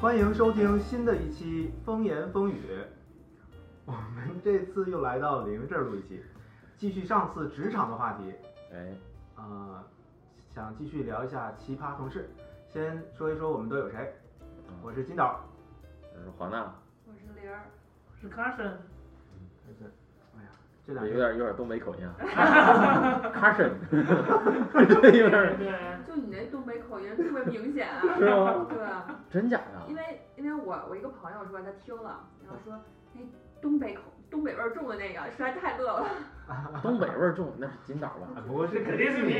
欢迎收听新的一期《风言风语》，我们这次又来到零这儿录一期，继续上次职场的话题，哎，呃，想继续聊一下奇葩同事。先说一说我们都有谁，我是金导，我啊是黄娜，我是玲儿，是 Carson，哎这，哎呀，这有两点个有点东北口音啊 ，Carson，有点对，就你这东北口音特别明显啊，是吗？对啊，真假呀因？为因为我我一个朋友说他听了，然后说那东北口东北味儿重的那个实在太乐了，东北味儿重，那是金导吧？哎啊，不过这肯定是你，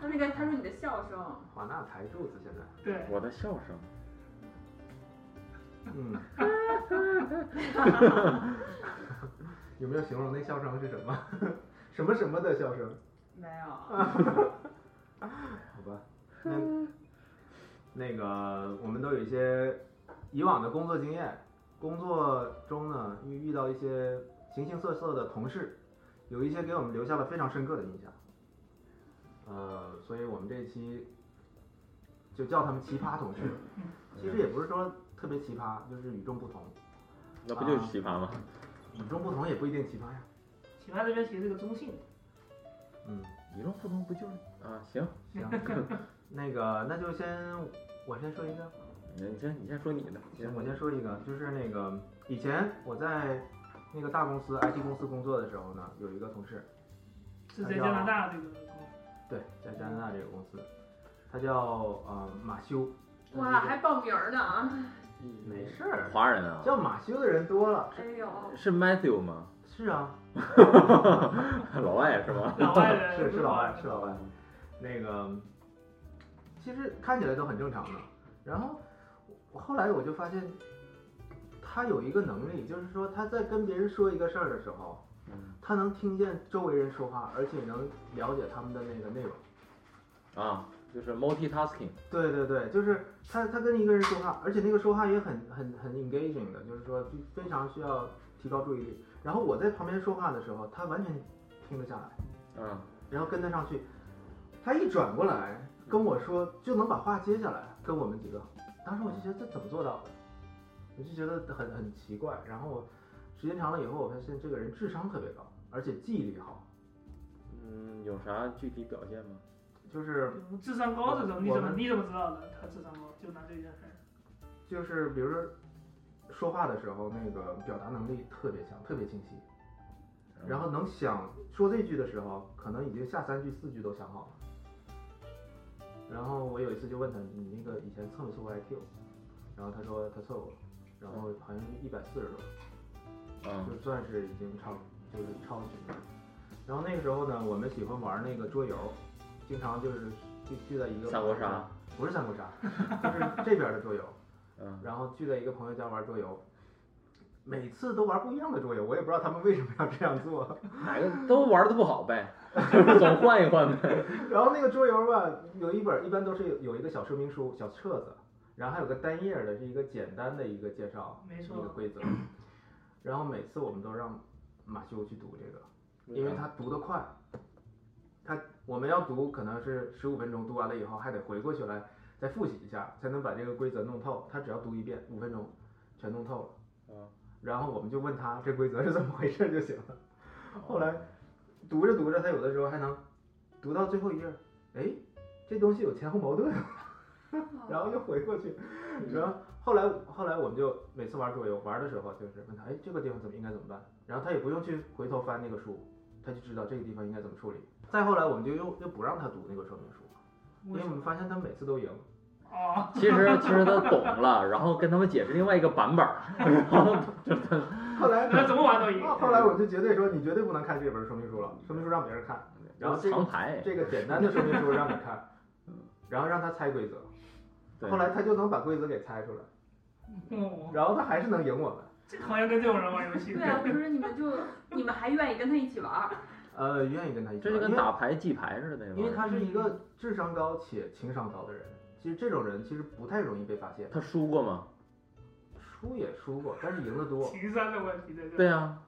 他那个他说你的笑声，华纳台柱子现在，对，我的笑声，嗯， 有没有形容那笑声是什么？ 什么什么的笑声？没有，啊好吧，那那个我们都有一些以往的工作经验，工作中呢遇遇到一些形形色色的同事，有一些给我们留下了非常深刻的印象。呃，所以我们这一期就叫他们奇葩同事， 其实也不是说特别奇葩，就是与众不同。那不啊就是奇葩吗？与众不同也不一定奇葩呀。喜欢这边其实是个中性，嗯，与众不同不就是啊？行，行， 那个那就先我先说一个。你先你先说你的，行，我先说一个，就是那个以前我在那个大公司 IT 公司工作的时候呢，有一个同事，是哎在加拿大这个同事，对，在加拿大这个公司，他叫呃马修，哇，还报名儿呢啊，没事儿，华人啊，叫马修的人多了，哎呦，是 Matthew 吗？是啊，老外是吗？老外 人，是呃是老外，是嗯吧？老外，那个其实看起来都很正常的，然后我后来我就发现。他有一个能力，就是说他在跟别人说一个事儿的时候，嗯他能听见周围人说话，而且能了解他们的那个内容。啊，就是 multitasking，对对对，就是他他跟一个人说话，而且那个说话也很很很 engaging 的，就是说非常需要提高注意力。然后我在旁边说话的时候，他完全听得下来，嗯，然后跟得上去。他一转过来跟我说，就能把话接下来，跟我们几个。当时我就觉得这怎么做到的？我就觉得很很奇怪。然后时间长了以后，我发现这个人智商特别高，而且记忆力好，嗯，有啥具体表现吗？就是智商高这种，你怎么你怎么知道的？他智商高，就拿这件事儿，就是比如说说话的时候，那个表达能力特别强，特别清晰，嗯然后能想说这句的时候，可能已经下三句、四句都想好了。然后我有一次就问他，你那个以前测没测过 IQ？然后他说他测过，然后好像一百四十多。嗯就算是已经超，就是超群了。然后那个时候呢，我们喜欢玩那个桌游，经常就是聚聚在一个啊三国杀，不是三国杀，就是这边的桌游。嗯，然后聚在一个朋友家玩桌游，每次都玩不一样的桌游，我也不知道他们为什么要这样做。 哪个都玩的不好呗，就是总换一换呗。然后那个桌游吧，有一本一般都是有有一个小说明书、小册子，然后还有个单页的，是一个简单的一个介绍，没一个错，规则。然后每次我们都让马修去读这个。因啊为他读得快，他我们要读可能是十五分钟，读完了以后还得回过去来再复习一下，才能把这个规则弄透。他只要读一遍，五分钟全弄透了。嗯然后我们就问他这规则是怎么回事就行了。后来读着读着，他有的时候还能读到最后一页儿，哎，这东西有前后矛盾，啊然后又回过去。然后后来后来我们就每次玩桌游玩的时候，就是问他，哎，这个地方怎么应该怎么办？然后他也不用去回头翻那个书，他就知道这个地方应该怎么处理。再后来我们就又又不让他读那个说明书，因为我们发现他每次都赢。哦，其实其实他懂了，然后跟他们解释另外一个版本儿，然 后后来那怎么玩都赢， 后来我就绝对说，你绝对不能看这本说明书了，说明书让别人看，然后这个藏牌，这个简单的说明书让你看，然后让他猜规则。对后来他就能把规则给猜出来，嗯，然后他还是能赢我们。这好像跟这种人玩游戏，对啊，我说你们就你们还愿意跟他一起玩儿，呃，愿意跟他一起这玩，就跟因为打牌记牌似的那因为玩意儿。他是一个智商高且情商高的人。其实这种人其实不太容易被发现，他输过吗？输也输过，但是赢得多。情商的问题在这，对啊，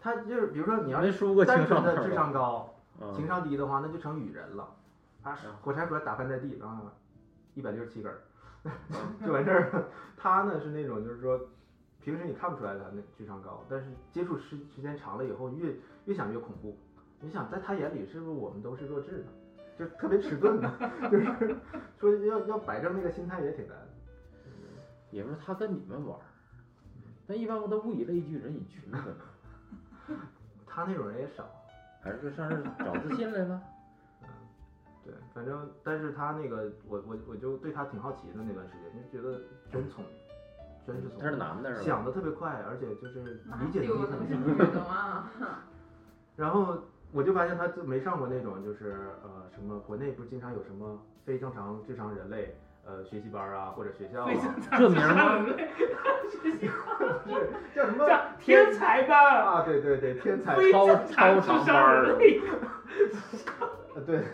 他就是比如说你要没输过单情商纯的的智商高，情嗯，商低的话，那就成雨人了。啊嗯，火柴盒打翻在地，然后一百六十七根儿。 就完事儿了。 他呢是那种就是说，平时你看不出来他那智商高，但是接触时时间长了以后，越越想越恐怖。你想在他眼里是不是我们都是弱智呢？就特别迟钝呢， 就是说要要摆正那个心态也挺难。嗯也不是他跟你们玩儿，但一般都物以类聚，人以群分，他那种人也少，还是说上这儿找自信来了？嗯对，反正但是他那个我我我就对他挺好奇的那段时间，就觉得真聪明，真是聪他是明，男的是吧？想的特别快，而且就是妈理解能力特怎么别是强。女的吗？然后我就发现他就没上过那种就是呃什么国内不是经常有什么非正常智商人类呃学习班儿啊或者学校啊非，正常这名儿吗？不是叫什么叫 天才吧，啊？对对对，天才非超正超长常智班商儿人啊，类，呃对，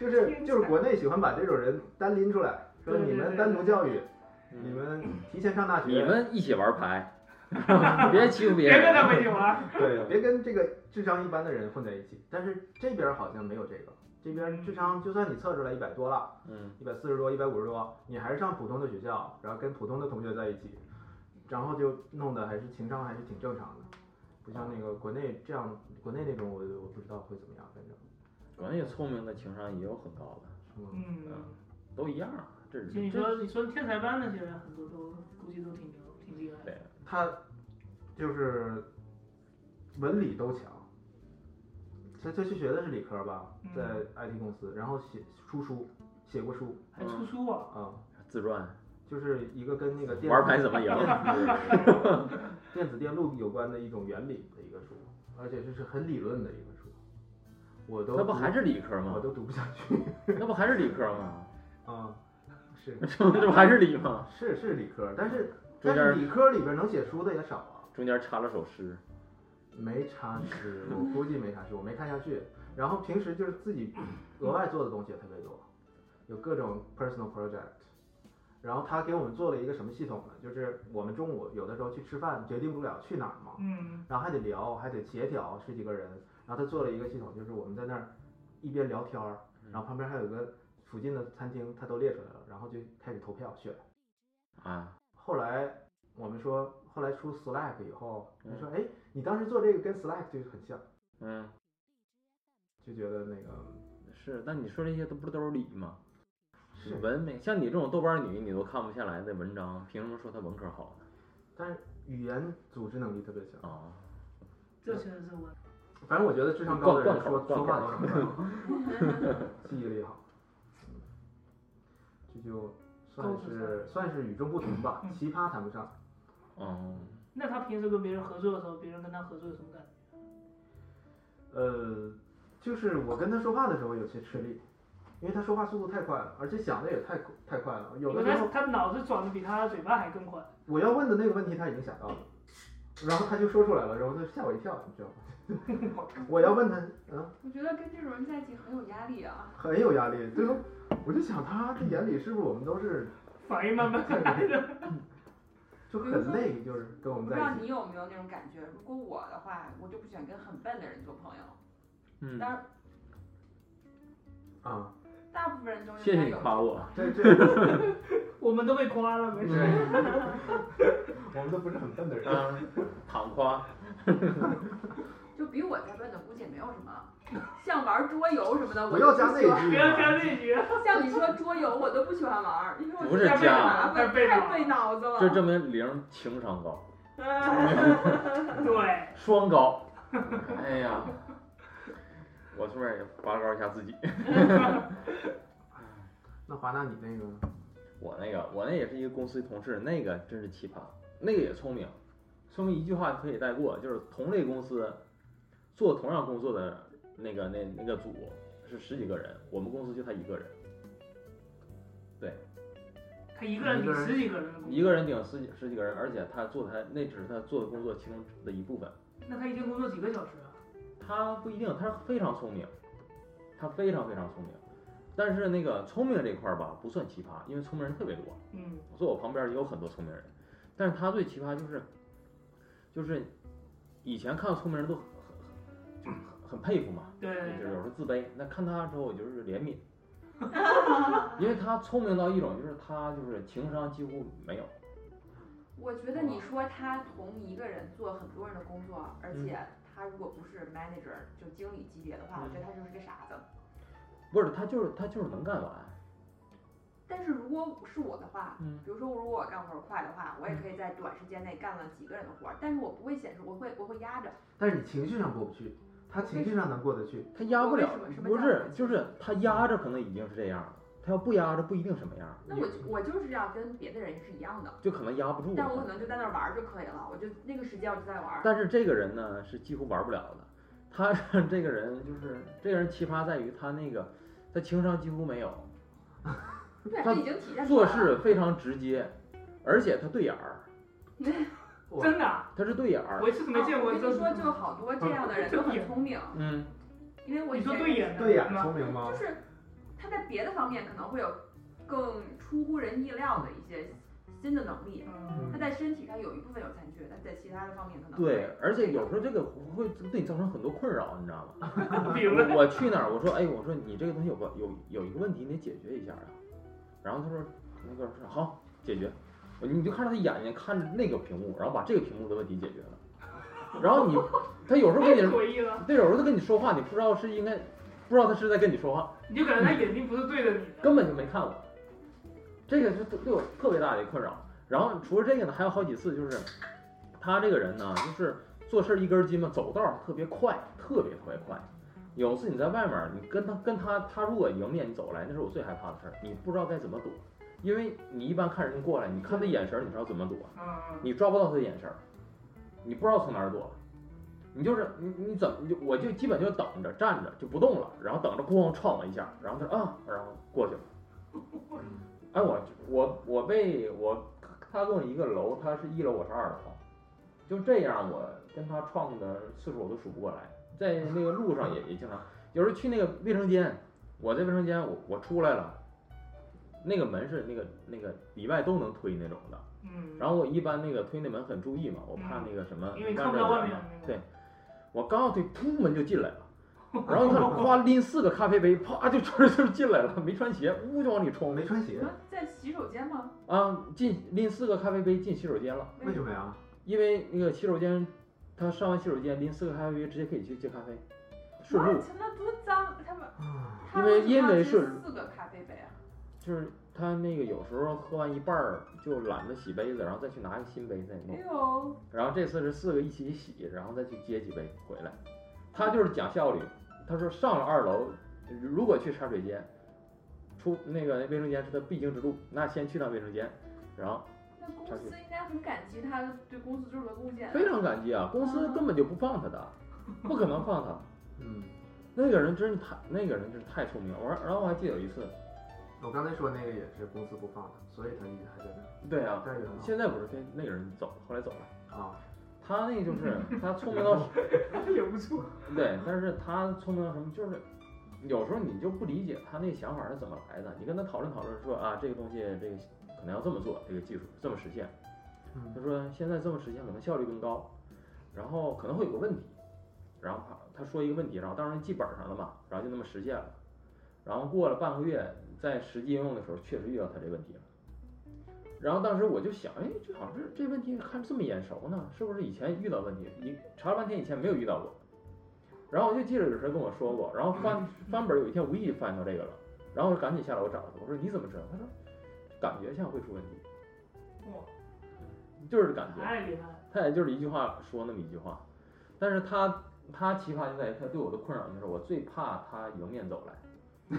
就是天就是才国内喜欢把这种人单拎出来，说对对你们对单独对教育，你们提前上大学，你们一起玩 牌，别欺负别别跟人。他们一起玩。对，别跟这个智商一般的人混在一起。但是这边儿好像没有这个，这边儿智商就算你测出来一百多了，嗯，一百四十多、一百五十多，你还是上普通的学校，然后跟普通的同学在一起，然后就弄得还是情商还是挺正常的，不像那个国内这样，国内那种我我不知道会怎么样，反正国内聪明的情商也有很高的，嗯，嗯，都一样。这其实你人说你说天才班那些人，很多都估计都挺牛，挺厉害的。他就是文理都强。他他去学的是理科吧，嗯在 IT 公司，然后写出书，写过书还出书啊？啊、自传就是一个跟那个电玩牌怎么赢？电子电路有关的一种原理的一个书，而且这是很理论的一个书，我都那不读还是理科我吗？都读不下去 那不还是理科吗？ 啊、是这不这不还是理吗？是是理科，但是中但间是儿理科里边能写书的也少啊，中间插了首诗，没啥诗，我估计没啥诗，我没看下去。然后平时就是自己额外做的东西也特别多，有各种 personal project。然后他给我们做了一个什么系统呢？就是我们中午有的时候去吃饭，决定不了去哪儿嘛，嗯，然后还得聊，还得协调十几个人。然后他做了一个系统，就是我们在那儿一边聊天儿，然后旁边还有个附近的餐厅，他都列出来了，然后就开始投票选。啊，后来我们说，后来出 Slack 以后，他说：“哎，你当时做这个跟 Slack 就很像，嗯，就觉得那个是。但你说这些都不都是理吗？是。文明，像你这种豆瓣女，你都看不下来的文章，凭什么说她文科好呢？但是语言组织能力特别强，啊，这确实是我。反正我觉得智商高的人灌灌说口说话都灌很快， 记忆力好，这就算高智是算是与众不同吧，嗯奇葩谈不上。”嗯，那他平时跟别人合作的时候，别人跟他合作有什么感觉？呃，就是我跟他说话的时候有些吃力，因为他说话速度太快了，而且想的也太太快了。有的因时为候他他脑子转的比他嘴巴还更快。我要问的那个问题他已经想到了，然后他就说出来了，然后就吓我一跳，你知道吗？我要问他，嗯，我觉得跟这种人在一起很有压力啊。很有压力。最后我就想他这眼里是不是我们都 是 反应慢慢来的。 就很累，就是跟我我们不在知道一起。你有没有那种感觉，如果我的话，我就不喜欢跟很笨的人做朋友。嗯当然，啊、大部分人都是谢谢该你有夸我，这这我们都被夸了，没事。 我们都不是很笨的 人。啊，躺夸，就比我再笨的估计也没有什么，像玩桌游什么的，我不就要加那喜欢句不要加啊，那句。像你说桌游，我都不喜欢玩儿，因为我不觉是得太加麻烦，太费太脑费脑子了。这证明玲情商高，嗯对，双 高。哎呀，我顺便也拔高一下自己。那华纳你那个呢我那个，我那也是一个公司同事，那个真是奇葩，那个也聪明，聪明一句话可以带过，就是同类公司做同样工作的那个那那个组是十几个人，我们公司就他一个人，他一个人顶十几个人的工一作，个人顶十几十几个人，而且他做他那只是他做的工作其中的一部分，那他一天工作几个小时啊？他不一定，他非常聪明，他非常非常聪明，但是那个聪明这块儿吧不算奇葩，因为聪明人特别多，嗯，我坐我旁边也有很多聪明人，但是他最奇葩就是，就是以前看到聪明人都很很很很很佩服嘛，对就是有时候自卑，那看他之后我就是怜悯， 因为他聪明到一种就是他就是情商几乎没有， 我觉得你说他同一个人做很多人的工作，而嗯且他如果不是 manager 就经理级别的话，我嗯觉得他就是个傻子。不是他就是他就是能干完，但是如果是我的话，嗯比如说如果我干活快的话，我也可以在短时间内干了几个人的活儿，但是我不会显示，我会我会压着。但是你情绪上过不去，他情绪上能过得去。他压不了我为什么什，不么叫是能就是他压着可能已经是这样了，他要不压着不一定什么样，那我就我就是要跟别的人是一样的，就可能压不住但我可了。能就在那儿玩儿就可以了，我就那个时间我就在玩儿。但是这个人呢是几乎玩不了的，他 这个人就是这个人奇葩在于他那个他情商几乎没有，对，他这已经体现出做来了。啊事非常直接，而且他对眼儿，我真的啊，他是对眼儿我，一次都没见过啊我这。跟你说，就好多这样的人都很聪明，嗯，因为我以你说前对眼对呀，吗？聪明吗就？是他在别的方面可能会有更出乎人意料的一些新的能力。嗯他在身体上有一部分有残缺，但在其他的方面可能对，而且有时候这个会对你造成很多困扰，你知道吗？嗯 比 如我我去哪儿，我说哎，我说你这个东西有个有有一个问题，你得解决一下啊。然后他说那个是好解决，我你就看着他眼睛看着那个屏幕，然后把这个屏幕的问题解决了。然后你他有时候太跟你，诡异了，他有时候他跟你说话，你不知道是应该，不知道他是在跟你说话，你就感觉他眼睛不是对着你的。根本就没看我。这个是对我特别大的困扰。然后除了这个呢，还有好几次就是他这个人呢，就是做事一根筋嘛，走道儿特别快，特别特别快。有次你在外面儿，你跟他跟他，他如果迎面你走来，那是我最害怕的事儿，你不知道该怎么躲，因为你一般看人过来，你看他眼神儿，你知道怎么躲，嗯你抓不到他的眼神儿，你不知道从哪儿躲，你就是你你怎么你就我就基本就等着站着就不动了，然后等着咣撞我一下，然后他说啊，然后过去了。哎，我我我被我他跟我一个楼，他是一楼，我是二楼，就这样我跟他撞的次数我都数不过来，在那个路上也也经常，有时候去那个卫生间，我在卫生间我我出来了，那个门是那个那个里外都能推那种的。嗯然后我一般那个推那门很注意嘛，我怕那个什么，嗯因为看不到外面那个对，我刚要推，噗门就进 来了，然后你看，哗拎四个咖啡杯，啪就冲就进来了，没穿鞋，呜就往里我冲没穿鞋什，么在洗手间吗？啊，进拎四个咖啡杯进洗手间了，为什么呀？因为那个洗手间，他上完洗手间拎四个咖啡杯直接可以去接咖啡，顺路 What？那多脏！他们啊，他因为们因为只是四个咖啡杯啊，就是他那个有时候喝完一半儿就懒得洗杯子，然后再去拿一个新杯再弄哎。呦，然后这次是四个一起洗，然后再去接几杯回来。他就是讲效率，他说上了二楼，如果去茶水间，出那个卫生间是他必经之路，那先去趟卫生间。然后那公司应该很感激他对公司做出的贡献。非常感激啊，公司根本就不放他的，不可能放他。嗯，那个人真是太，那个人真是太聪明了。我说，然后我还记得有一次，我刚才说那个也是公司不放的，所以他一直还在那对儿，啊，但是很好现在不是跟那个人走，后来走了。啊，他那就是他聪明到什 忍不住。对，但是他聪明到什么，就是有时候你就不理解他那想法是怎么来的。你跟他讨论讨论说啊，这个东西这个可能要这么做，这个技术这么实现。嗯他说现在这么实现可能效率更高，然后可能会有个问题，然后他他说一个问题，然后当时记本上了嘛，然后就那么实现了。然后过了半个月，在实际应用的时候，确实遇到他这问题了。然后当时我就想，哎，这好像是这问题看着这么眼熟呢，是不是以前遇到问题？一查了半天以前没有遇到过。然后我就记着有谁跟我说过，然后翻翻本儿有一天无意翻到这个了，然后我赶紧下来我找他，我说你怎么知道？他说感觉像会出问题，哇，就是感觉。太厉害了。他也就是一句话说那么一句话，但是他他奇葩就在于他对我的困扰就是我最怕他迎面走来，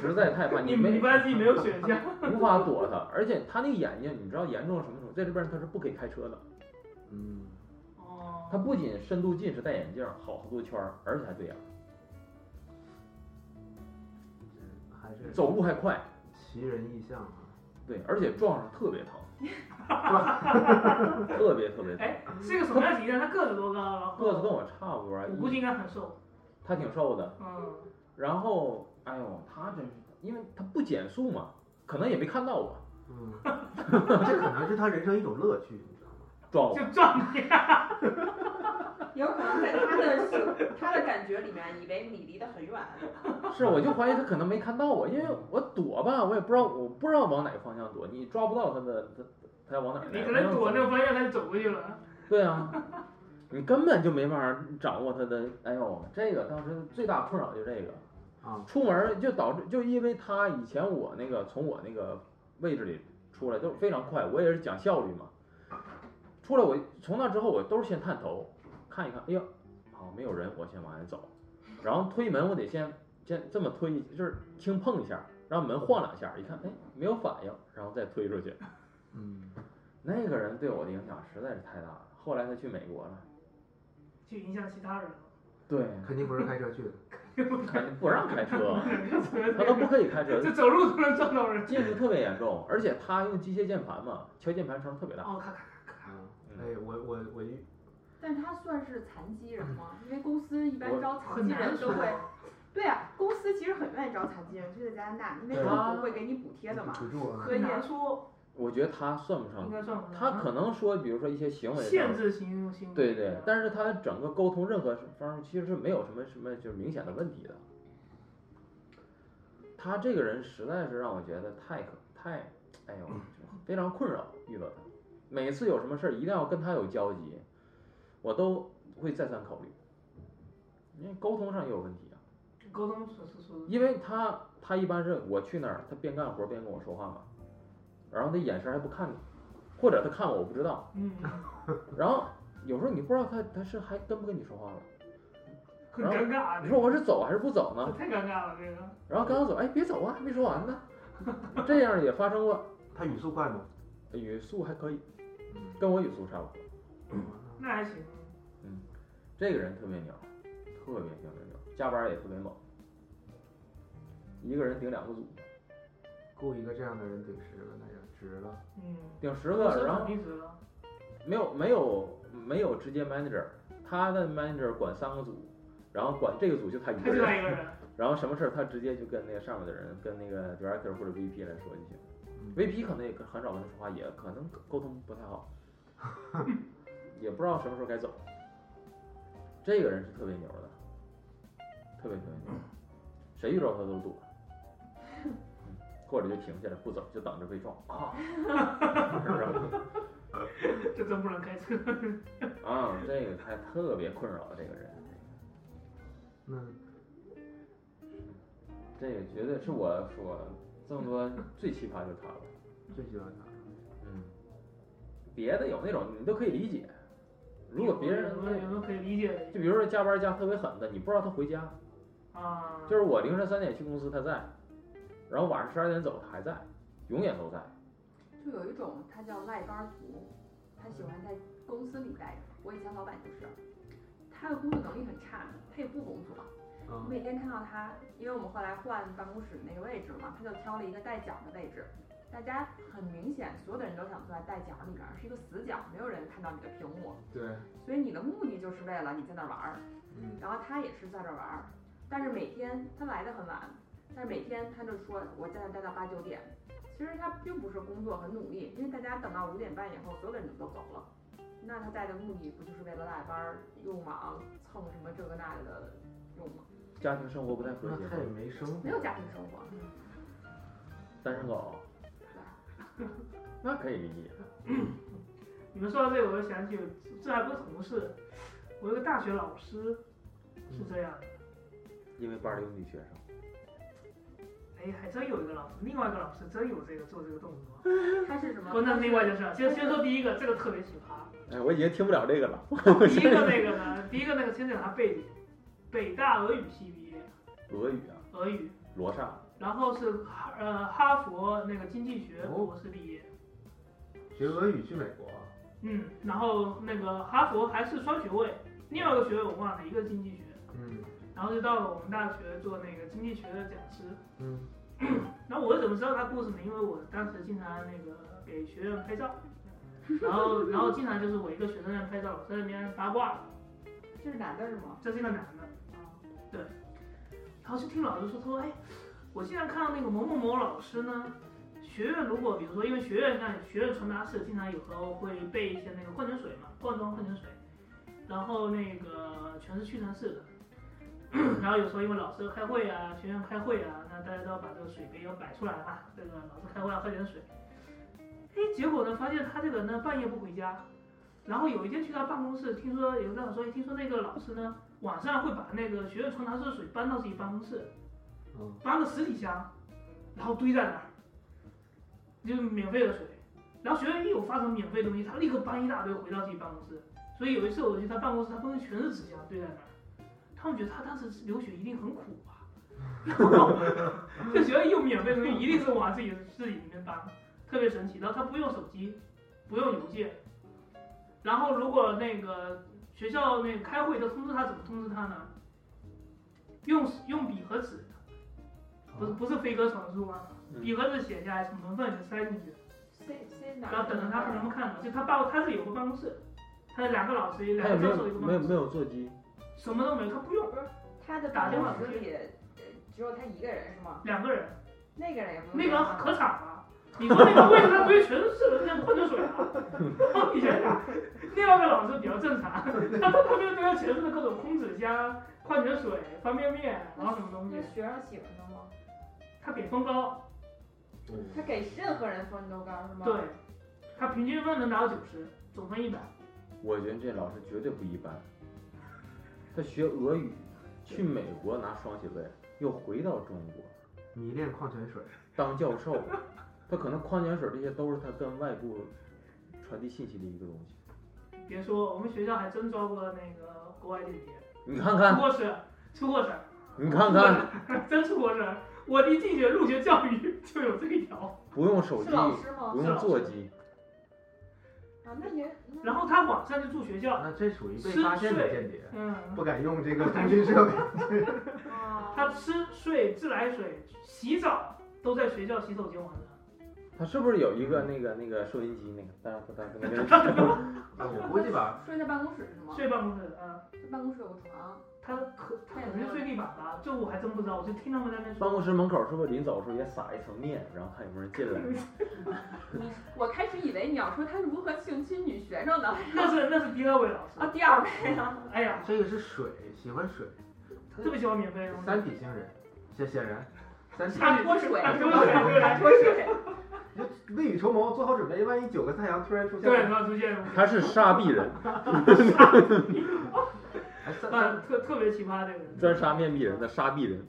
实在太怕你没你发现自己没有选 项，无法躲他，而且他那个眼睛你知道严重到什么程度，在这边他是不可以开车的，嗯，哦，他不仅深度近视戴眼镜好好多圈儿，而且还对眼儿，还是走路还快，奇人异象啊。对，而且撞上特别 疼， 特别特别疼，哎，是一个什么样的形象？他个子多高？然后个子跟我差不多，啊我估计应该很瘦。他挺瘦的，嗯，然后哎呦他真是，因为他不减速嘛，可能也没看到我。嗯， 哦 这可能是他人生一种乐趣，你知道吗？撞我，就撞你。有可能在他的是他的感觉里面，以为你离得很远。是，我就怀疑他可能没看到我，因为我躲吧，我也不知道，我不知道往哪个方向躲，你抓不到他的，他他要往哪儿？ 你哪可个方能向走躲那个方向，他就走过去了。对啊，你根本就没办法掌握他的。哎呦，这个当时最大困扰就这个，啊，出门儿就导致就因为他以前我那个从我那个位置里出来都非常快，我也是讲效率嘛。出来我从那之后我都是先探头看一看，哎呀，啊没有人，我先往前走，然后推门我得先先这么推，就是轻碰一下，让门晃两下，一看哎没有反应，然后再推出去。嗯，那个人对我的影响实在是太大了，后来他去美国了，去影响其他人了，对，肯定不是开车去的。开不让开车， 他他都不可以开车，这走路都能撞 到人。近视特别严重，而且他用机械键盘嘛，敲键盘声特别大。哦，咔咔，啊，嗯哎，我我我一 但他算是残疾人吗？因为公司一般我招残很疾难人都说。会，对啊，公司其实很愿意招残疾人，就在加拿大，因为对啊政府会给你补贴的嘛。补助啊，可以很难说，我觉得他算不应上，该算不上嗯他可能说，比如说一些行为限上，制型行为。嗯对对，但是他整个沟通任何方式其实是没有什么什么就是明显的问题的。他这个人实在是让我觉得太可太，哎呦，非常困扰遇到他，每次有什么事儿一定要跟他有交集，我都会再三考虑，因为沟通上也有问题啊。沟通所是说的，因为他他一般是我去那儿，他边干活边跟我说话嘛，然后他眼神还不看你，或者他看我我不知道，嗯， 然后有时候你不知道他他是还跟不跟你说话了，很尴尬。啊你说我是走还是不走这呢？太尴尬了，这个。然后刚刚走，哎，别走啊，还没说完呢，这样也发生过，他语速快吗？语速还可以，嗯，跟我语速差不多。那还行，这个人特别牛，特别牛别牛，加班也特别猛，一个人顶两个组，雇一个这样的人顶十个，那就值了。嗯。顶十个，然后离职了，没有没有没有直接 manager，他的 manager 管三个组，然后管这个组就他一他个就他人，一个人， 然后什么事儿他直接就跟那个上面的人，跟那个 director 或者 VP 来说就行。嗯 VP 可能也很少跟他说话，也可能沟通不太好， 也不知道什么时候该走。这个人是特别牛的，特别特别牛，谁遇着他都躲，嗯或者就停下来不走，就等着被撞啊， 是不是？这真不能开车。啊，这个他特别困扰这个人，那这个绝对是我说这么 多最奇葩就是他了。最喜欢他。嗯，别的有那种你都可以理解，如果别人有的有时候可以理解的就比如说加班加特别狠的，你不知道他回家，啊，就是我凌晨三点去公司他在，然后晚上十二点走他还在，永远都在。就有一种他叫外班族，他喜欢在公司里待着。我以前老板就是，他的工作能力很差，他也不工作。我嗯每天看到他，因为我们后来换办公室那个位置嘛，他就挑了一个带角的位置。大家很明显，所有的人都想坐在带角里边，是一个死角，没有人看到你的屏幕，对，所以你的目的就是为了你在那儿玩儿。嗯，然后他也是在这玩儿，但是每天他来的很晚，但是每天他就说我在那待到八九点，其实他并不是工作很努力，因为大家等到五点半以后，所有的人都走了，那他在的目的不就是为了赖班儿用忙蹭什么这个那个的用吗？家庭生活不太和谐那，他也没生活没有家庭生活，单身狗，那可以理解。你们说到这个，我就想起这还不是同事，我有个大学老师嗯是这样的， 因为班里有女学生，哎，还真有一个老师，另外一个老师真有这个做这个动作。 他是什么？不，那另外就是，先先说第一个，这个特别奇 葩。哎，我已经听不了这个了。第一个那个呢，第一个那个先讲他背景，北大俄语系毕业，俄语啊，俄语，罗刹，然后是哈呃哈佛那个经济学哦博士毕业，学俄语去美国，啊嗯，然后那个哈佛还是双学位，另外一个学位我忘了，一个经济学，嗯然后就到了我们大学做那个经济学的讲师。嗯然后我是怎么知道他故事呢？因为我当时经常那个给学生拍照，然后然后经常就是我一个学生在拍照，我在那边八卦，这是男的是吗？这是一个男的，然后就听老师说，他说，哎，我经常看到那个某某某老师呢，学院如果比如说，因为学院像学院传达室经常有时候会备一些那个矿泉水嘛，罐装矿泉水，然后那个全是屈臣氏的。 然后有时候因为老师开会啊，学院开会啊，那大家都要把这个水杯要摆出来嘛。这个老师开会要啊喝点水。哎，结果呢，发现他这个人呢半夜不回家，然后有一天去他办公室，听说有个老师说，哎听说那个老师呢晚上会把那个学院传达室的水搬到自己办公室，嗯，搬个十几箱，然后堆在那儿，就是免费的水。然后学院一有发什么免费东西，他立刻搬一大堆回到自己办公室。所以有一次我去他办公室，他办公室全是纸箱堆在那儿，他们觉得他当时留学一定很苦 吧。然后这学院有免费东西，一定是往自己自己里面搬，特别神奇。然后他不用手机，不用邮件。然后如果那个学校那个开会都通知他，怎么通知他呢？用用笔和纸不是不是飞鸽传书吗？嗯笔盒子写下来，什么文份就塞进去，塞塞哪儿？然后等着他们看到。就他爸他是有个办公室，他有两个老师，两他也个没教授，有一个没有没办公室，有座机，什么都没有，他不用，他的办公室里呃只有他一个人是吗？两个嗯人，那个人也不那用个干嘛可惨了。你说那个位置他堆全是那矿泉水啊，然后你想想，另外一个老师比较正常，他他旁边堆的全是各种空纸箱、矿泉水、方便面，然后什么东那嗯西，学生喜欢他吗？他给分高，嗯哦他给任何人分都高是吗？对，他平均分能达到九十，总分一百。我觉得这老师绝对不一般。他学俄语，去美国拿双学位，又回到中国迷恋矿泉水，当教授，他可能矿泉水这些都是他跟外部传递信息的一个东西。别说，我们学校还真招过那个国外间谍，你看出看，过事，出过事儿， 你看看，真出过事儿。我一进学入学教育就有这一条，不用手是机，老师吗？不用座机，啊，那也然后他晚上就住学校，那这属于被发现的间谍，嗯，不敢用这个通讯 设备。那啊，他吃睡自来水、洗澡都在学校洗手间晚上，他是不是有一个那个那个收音机那个？当然不当那个啊，我估计吧，睡在办公室是吗？睡办公室，嗯，这办公室有个床，他可他可能是睡地板吧，啊这我还真不知道，我就听他们在那边办说，公室门口是不是临走的时候也撒一层面，然后看有没有人进来？嗯我开始以为你要说他如何性侵女学生的那是那是第二位老啊，师，第二位啊，哎呀，这个是水，喜欢水，特别喜欢免费的东西，三体星人，显显然，三体他泼水，他泼水他泼水，未雨绸缪，做好准备，万一九个太阳突然出现对，了，突然出现了。他是煞壁人，哎，三三但特特别奇葩这个人，专杀面壁人的杀壁 人。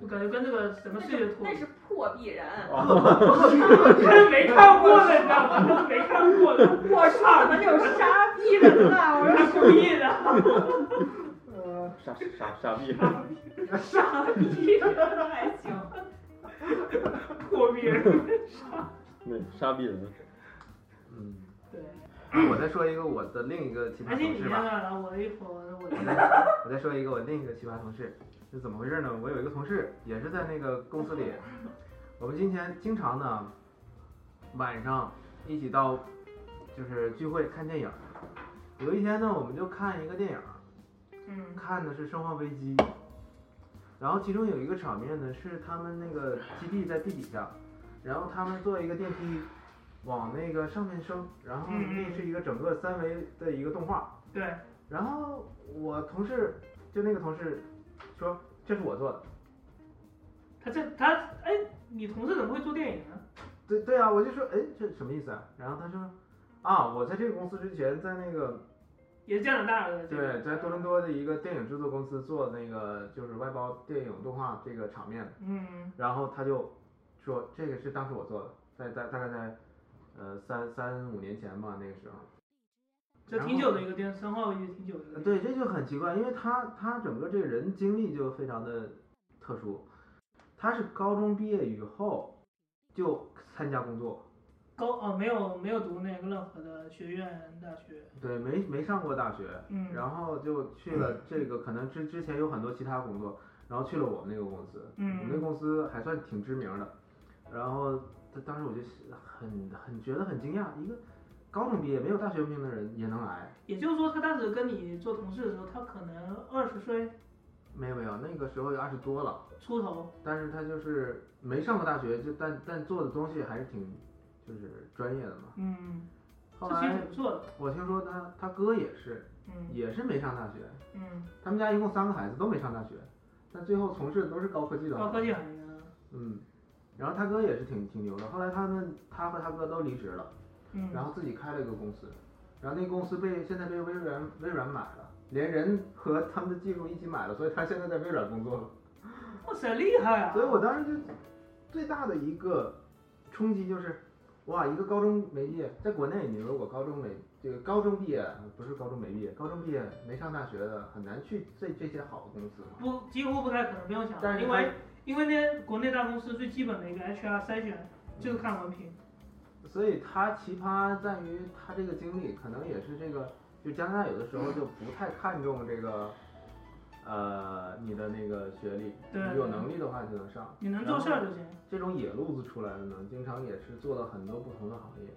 就感觉跟这个什那么世界是脱那是破壁人，哦真没看过的，你知道吗？真没看过的，我说怎么有杀逼人呢？我他说故意的，呃，杀杀杀壁人，杀逼人还行，破别人。对，杀壁人。嗯，对，啊我再说一个我的另一个奇葩而且同你事先吧。来，我一会儿我我再我再说一个我另一个奇葩同事，是怎么回事呢？我有一个同事也是在那个公司里，我们今天经常呢晚上一起到就是聚会看电影。有一天呢，我们就看一个电影，嗯，看的是《生化危机》，然后其中有一个场面呢是他们那个基地在地底下，然后他们坐一个电梯往那个上面升，然后那是一个整个三维的一个动画。对，然后我同事就那个同事说这是我做的，他这他哎，你同事怎么会做电影呢？对对啊，我就说哎这什么意思啊？然后他说啊我在这个公司之前在那个也是加拿大的，对在多伦，多的一个电影制作公司做那个就是外包电影动画这个场面的，嗯，然后他就说这个是当时我做的，在在大概在呃三三五年前吧那个时候。这挺久的一个电视，生化危机挺久的，呃对，这就很奇怪，因为他他整个这个人经历就非常的特殊，他是高中毕业以后就参加工作，高哦没有没有读那个任何的学院大学，对，没没上过大学，嗯，然后就去了这个，可能之之前有很多其他工作，然后去了我们那个公司，我们那嗯公司还算挺知名的，然后他当时我就很很觉得很惊讶，一个高中毕业没有大学文凭的人也能来，也就是说他当时跟你做同事的时候，他可能二十岁没有没有，那个时候有二十多了。出头，但是他就是没上过大学，就但但做的东西还是挺就是专业的嘛。嗯，后这其实来挺不错的。我听说他他哥也是，嗯也是没上大学，嗯，他们家一共三个孩子都没上大学，但最后从事的都是高科技的高行科业。技行业呢，嗯，然后他哥也是挺挺牛的，后来他们他和他哥都离职了，嗯，然后自己开了一个公司，然后那公司被现在被微软微软买了，连人和他们的技术一起买了，所以他现在在微软工作了。哇塞，厉害啊！所以我当时就最大的一个冲击就是，哇，一个高中没毕业，在国内你如果高中没这个高中毕业不是高中没毕业，高中毕业没上大学的很难去这这些好的公司嘛。不几乎不太可能，不用想但了，是因他为因为那国内大公司最基本的一个 HR 筛选就是看文凭，所以他奇葩在于他这个经历，可能也是这个，就加拿大有的时候就不太看重这个，呃，你的那个学历，对你有能力的话就能上。你能做事儿就行。这种野路子出来的呢，经常也是做了很多不同的行业，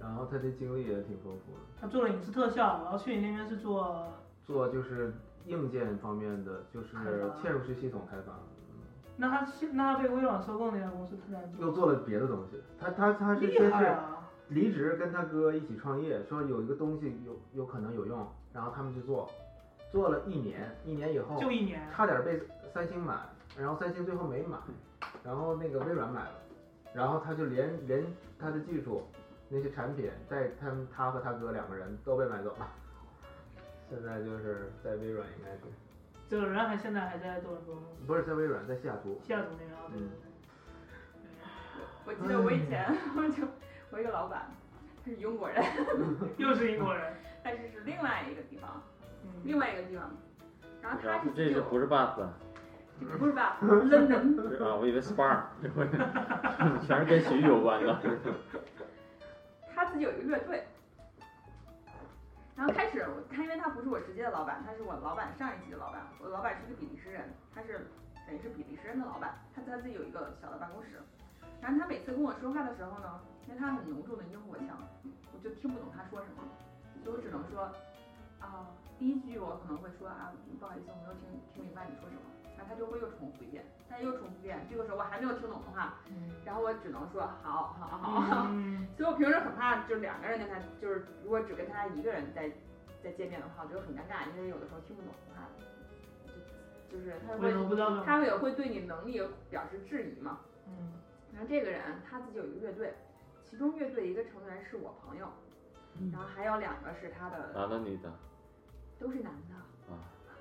然后他这经历也挺丰富的，他做了影视特效，然后去你那边是做做就是硬件方面的，就是开发嵌入式系统开发，那他现那他被微软收购那家公司，他在又做了别的东西。他他他是厉先害是啊！离职跟他哥一起创业，说有一个东西有有可能有用，然后他们去做，做了一年，一年以后就一年，差点被三星买，然后三星最后没买，然后那个微软买了，然后他就连连他的技术那些产品带他们他和他哥两个人都被买走了，现在就是在微软应该是这个人还现在还在多伦多吗？不是在微软在西雅图，西雅图那边啊，对对嗯对。我记得我以前 我就我一个老板，他是英国人， 又是英国 人，但是是另外一个地方，嗯，另外一个地方。然后啊他然后是这是就不是 bus？这个不是吧 ？London，是啊，我以为 SPA，这回 全是跟体育有关的。他自己有一个乐队。然后开始我他因为他不是我直接的老板，他是我老板上一级的老板，我老板是个比利时人，他是等于是比利时人的老板，他他自己有一个小的办公室。然后他每次跟我说话的时候呢，因为他很浓重的英国腔，我就听不懂他说什么，所以我只能说，啊、第一句我可能会说啊，不好意思，我没有听听明白你说什么，然后他就会又重复一遍，他又重复一遍，这个时候我还没有听懂的话，然后我只能说好好好好，嗯，所以我平时很怕，就是两个人跟他，就是如果只跟他一个人在在见面的话，我觉得很尴尬，因为有的时候听不懂他，就就是他我也会不知道怎么，他会有会对你能力表示质疑嘛。嗯，然后这个人他自己有一个乐队，其中乐队一个成员是我朋友，然后还有两个是他的，男的女的？都是男的。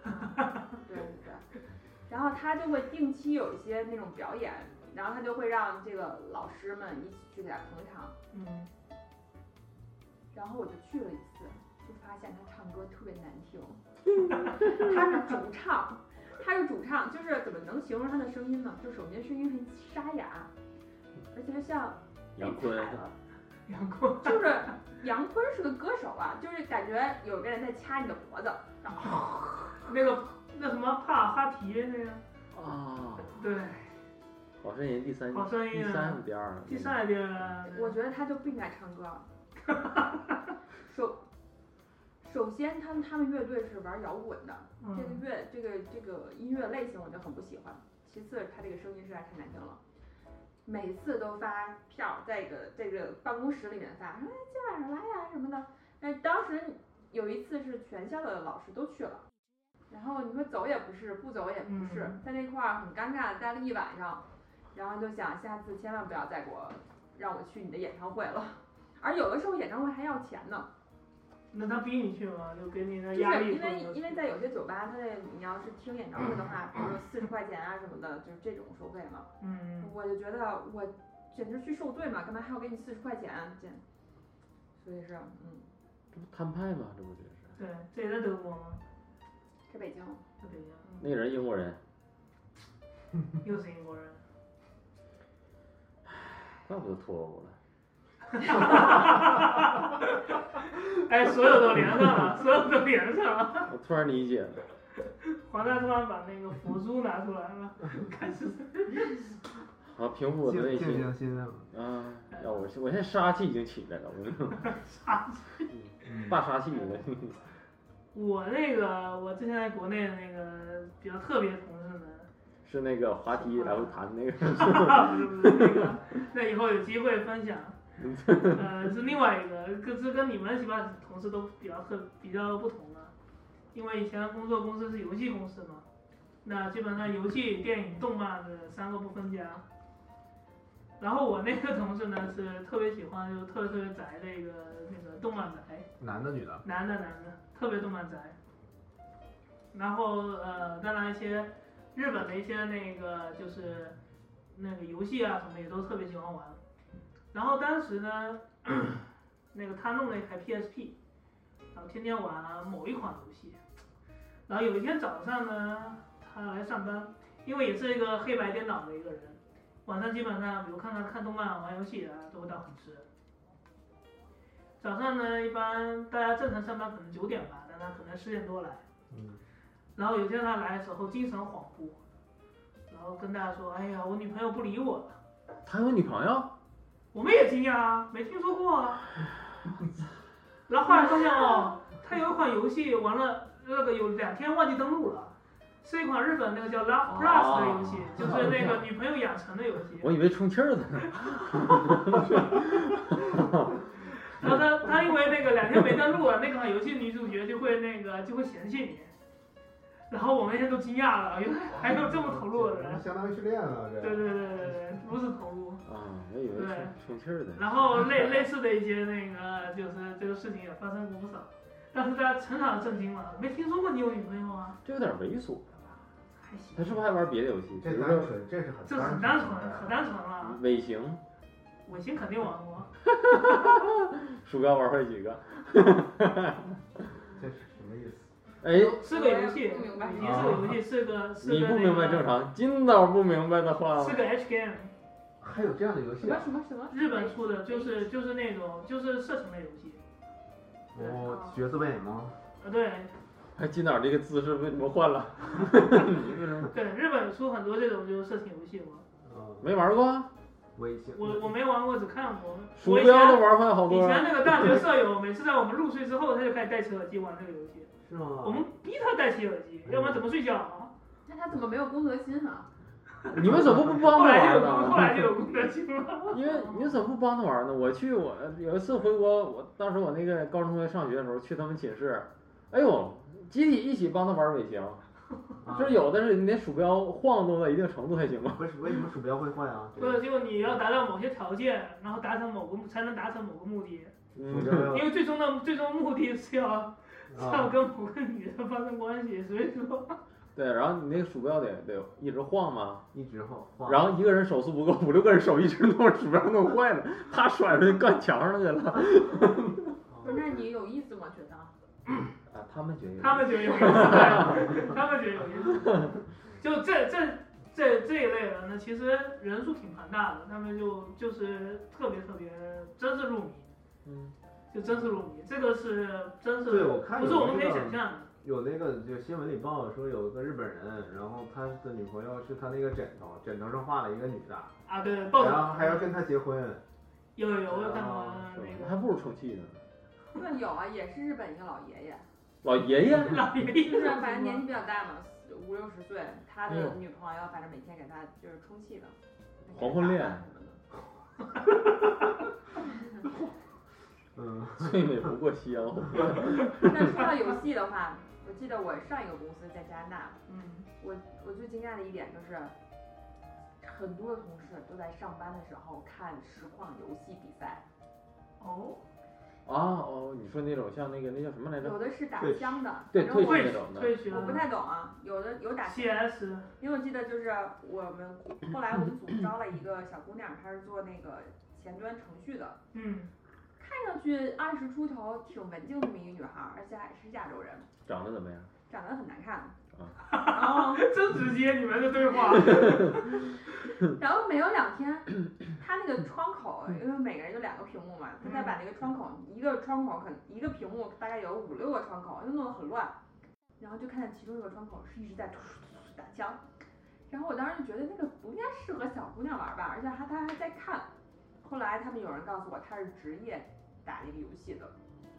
啊对对对。然后他就会定期有一些那种表演，然后他就会让这个老师们一起去给他捧场。嗯，然后我就去了一次，就发现他唱歌特别难听。他是主唱，他是主唱，就是怎么能形容他的声音呢？就首先声音很沙哑，而且就像被杨坤啊踩了。杨过，就是杨坤是个歌手啊，就是感觉有个人在掐你的脖子，然后那个那什么帕哈提那个，哦啊，对，好声音第三，好声第音三啊，点二，第啊三点，我觉得他就不应该唱歌。首首先，他们他们乐队是玩摇滚的，这个嗯，乐这个这个音乐类型我就很不喜欢。其次，他这个声音实在太难听了，每次都发票在这个这个办公室里面发，说哎今晚上来呀什么的。那当时有一次是全校的老师都去了，然后你说走也不是，不走也不是，嗯在那块儿很尴尬的待了一晚上，然后就想下次千万不要再给我让我去你的演唱会了。 而有的时候演唱会还要钱呢，那他逼你去吗？就给你那就是压力，因为因为在有些酒吧，它的你要是听演唱会的话，比如四十块钱啊什么的，就是这种收费嘛。嗯，我就觉得我简直去受罪嘛，干嘛还要给你四十块钱？啊这，所以是嗯，这不摊派吗？这不就是？对，这也在德国吗？是北京，在北京，那个人英国人，又是英国人，怪不得脱欧了。哎，所有都连上了，所有都连上了。我突然理解了，黄大突然把那个佛珠拿出来了，开始好啊平复我的内静静心。静心了。啊，要我我现在杀气已经起来了，我跟你说插大杀气了。我那个，我之前在国内的那个比较特别同事呢， 是那个滑梯来回弹那个， 不是不是那个，那以后有机会分享。呃，是另外一个，跟这跟你们起码同事都比较特比较不同了，因为以前工作公司是游戏公司嘛，那基本上游戏、电影、动漫这三个不分家。然后我那个同事呢是特别喜欢，就特别特别宅的一个那个动漫宅，男的女的？男的男的，特别动漫宅。然后呃，当然一些日本的一些那个就是那个游戏啊什么也都特别喜欢玩。然后当时呢， 那个他弄了一台 PSP，然后天天玩某一款游戏。然后有一天早上呢，他来上班，因为也是一个黑白颠倒的一个人，晚上基本上比如看看看动漫、玩游戏啊，都会到很迟。早上呢，一般大家正常上班可能九点吧，但他可能十点多来。嗯，然后有天他来的时候精神恍惚，然后跟大家说：“哎呀，我女朋友不理我了。他有女朋友？”我们也惊讶啊，没听说过啊。 然后后来发现哦，他有一款游戏玩了那个有两天忘记登录了，是一款日本那个叫 Love Plus 的游戏，哦就是那个女朋友养成的游戏。我以为充气儿的呢。然后他他因为那个两天没登录啊，那款游戏女主角就会那个就会嫌弃你，然后我们现在都惊讶了，原来还有这么投入的人，相当于去练了，这对对对对对，如此投入。啊，我以为对充充气儿的。然后类类似的一些那个就是这个事情也发生过不少，但是大家成长震惊了，没听说过你有女朋友啊？这有点猥琐呀。还行，他是不是还玩别的游戏？比这如单说纯，这是很这很单纯，可单纯了。尾行，我先肯定玩过，鼠标玩坏几个？这是什么意思？哎，是个游戏，不明白已经是个游戏，是个嗯是个你那不个明白正常，金导不明白的话，是个 H game。还有这样的游什戏么啊？什么什么？日本出的就是就是那种就是射程的游戏，对哦，角色扮演吗？啊对哎，金导这个姿势为什么换 了？你为什么对，日本出很多这种就是射程游戏嘛，嗯，没玩过？啊微信。我我没玩过，只看过。鼠我以标前都玩坏好以多。前 那个大学舍友，每次在我们入睡之后，他就开始戴起耳机玩这个游戏，是吗？啊我们逼他戴起耳机，要不然怎么睡觉啊？那他怎么没有公德心啊？你们怎么不帮后他来就嗯玩 有公 后呢？来就有公德心了。因为你怎么不帮他玩呢？我去，我有一次回国，我当时我那个高中同学上学的时候去他们寝室，哎呦，集体一起帮他玩尾行，啊就是有的是你得鼠标晃动到一定程度才行吧？不是为什么鼠标会换啊？或者 就你要达到某些条件，然后达成某个才能达成某个目的，鼠嗯，标因为最终的最终目的是要 是要啊，跟某个女的发生关系，所以说对，然后你那个鼠标得得一直晃嘛，一直晃晃。然后一个人手速不够，五 六个人手一直弄鼠标弄坏 了，他甩出去干墙上去了。哦啊不是，那你有意思吗？觉得？啊，他们觉得他们觉得有意思，对他们觉得有意思。就这这这这一类人呢，其实人数挺庞大的，他们就就是特别特别真是入迷，嗯，就真是入迷，这个是真是对我看不是有我们可以那个想象的。有那个就新闻里报说有个日本人，然后他的女朋友是他那个枕头，枕头上画了一个女的，啊，对，报然后道还要跟他结婚。有有有，我有看过啊那那个还不如充气呢。那有啊，也是日本一个老爷爷，老爷 爷，老爷爷，就是反正年纪比较大嘛，五六十岁，他哎的呦女朋友反正每天给他就是充气的，黄昏恋什么的。嗯，最美不过夕阳红。那说到游戏的话，我记得我上一个公司在加拿大，嗯，我我最惊讶的一点就是，很多同事都在上班的时候看实况游戏比赛，哦，啊哦，你说那种像那个那叫什么来着？有的是打对枪的，对反正退我学退那种的退学我不太懂啊，有的有打 CS 因为我记得就是我们后来我们组招了一个小姑娘，她是做那个前端程序的，嗯，看上去二十出头，挺文静的那么一个女孩儿，而且还是亚洲人，长得怎么样？长得很难看。啊然 后，真直接你们的对话，然后没有两天，她那个窗口，因为每个人就两个屏幕嘛，她再把那个窗口，一个窗口可能一个屏幕大概有五六个窗口，就弄得很乱。然后就看见其中一个窗口是一直在突突突突打枪，然后我当时就觉得那个不应该适合小姑娘玩吧，而且还她还在看。后来他们有人告诉我她是职业打这个游戏的，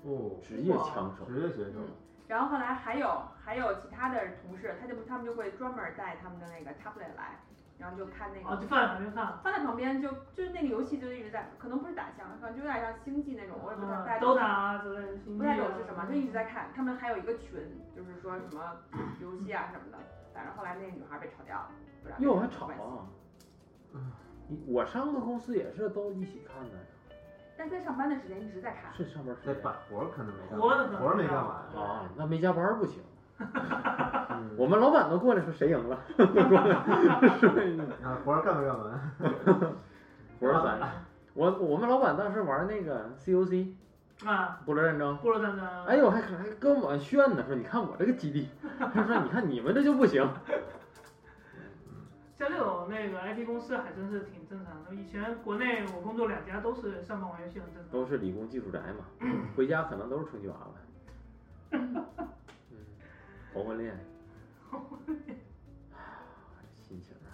哦，职业枪手。职业选手嗯，然后后来还有还有其他的同事，他就他们就会专门带他们的那个 tablet 来，然后就看那啊，个就放在旁边看了。放在旁边就就是那个游戏就一直在，可能不是打枪，反正就有点像星际那种，我也不太不啊太懂，DOTA 啊之类的，星不际太啊懂是什么，就一直在看。他们还有一个群，就是说什么游戏啊什么的，反正后来那个女孩被炒掉了，不然哟，还吵啊！你我上个公司也是都一起看的，但是在上班的时间一直在看，是上啊班时那间把活儿可能没干活儿完，呢可能活儿没没干干完。完啊，那没加班儿不行。嗯，我们老板都过来说谁赢了，啊，活儿干没干完？我说咱，我我们老板当时玩那个 COC 啊，部落战争，部落战争啊，哎呦还还跟我们炫呢，说你看我这个基地，他说你看你们这就不行， 像这种那个 IT 公司还真是挺正常的。以前国内我工作两家都是上班玩游戏很正常。都是理工技术宅嘛，回家可能都是充气娃娃，嗯，黄昏恋，啊这心情啊，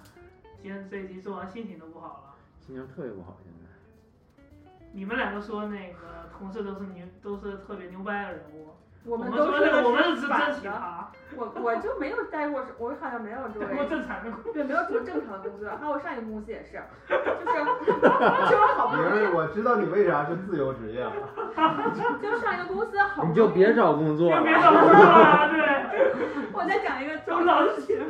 今天这一集做完心情都不好了。心情特别不好现在。你们两个说那个同事都是牛，都是特别牛掰的人物。我们们说都是的我们是是真啊反奇的。葩，我我就没有待过，我好像没有周干过围，正常的工对，没有什么正常的工作。还有我上一个公司也是，就是就是好不明容儿我知道你为啥是自由职业了。易，就是上一个公司好你不就容易，别找工作作，别了。找工作了，对，我再讲一个找周不老着事情。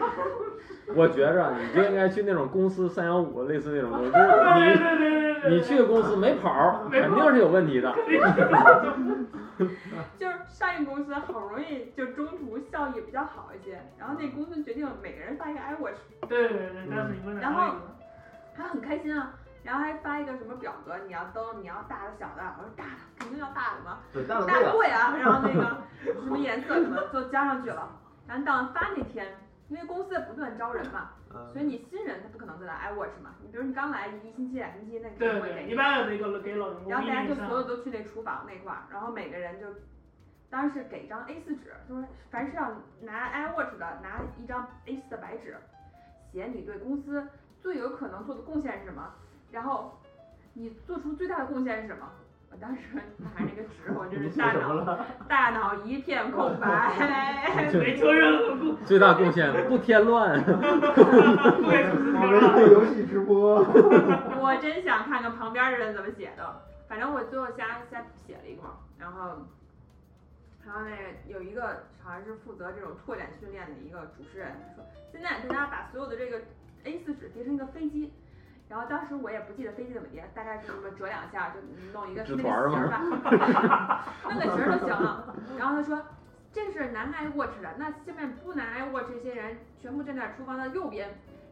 我觉着你就应该去那种公司三幺五类似那种公司， 对就是 对对对对，你你去的公司没跑儿，没跑肯定是有问题的。就是上一个公司好容易就中途效益比较好一些，然后那公司决定每个人哎发一个 iWatch，对对对，但是你们然两后个还很开心啊，然后还发一个什么表格，你要登，你要大的小的，我说大的肯定要大的嘛，对，大了大哦对的了，贵啊，然后那个什么颜色什么都加上去了，然后到发那天，因为公司不断招人嘛，所以嗯，你新人他不可能再拿 iWatch 哎嘛，你比如你刚来一星期两星期那肯对定会对给对，你一般有那个给老员工然后大家命就令所上有都去那厨房那块儿，然后每个人就，当时给一张 A 4纸，就是凡是要拿 iWatch 的，拿一张 A 4的白纸，写你对公司最有可能做的贡献是什么，然后你做出最大的贡献是什么。我当时 拿那个纸，我真你是写大什么脑了？大脑一片 空白。没责任，不最大贡献不添乱， 不给出啊资我标们了。是游戏直播。 我真想看看旁边的人怎么写的。反正我最后瞎瞎写了一个嘛，然后，然后那有一个好像是负责这种拓展训练的一个主持人，他说现在大家把所有的这个 A 4纸叠成一个飞机。然后当时我也不记得飞机怎么叠，大概是什么折两下就弄一个纸那个团形儿儿吧， 弄个形儿就行了。然后他说这是拿 iWatch 的，那下面不拿 iWatch 这些人全部站在厨房的右边，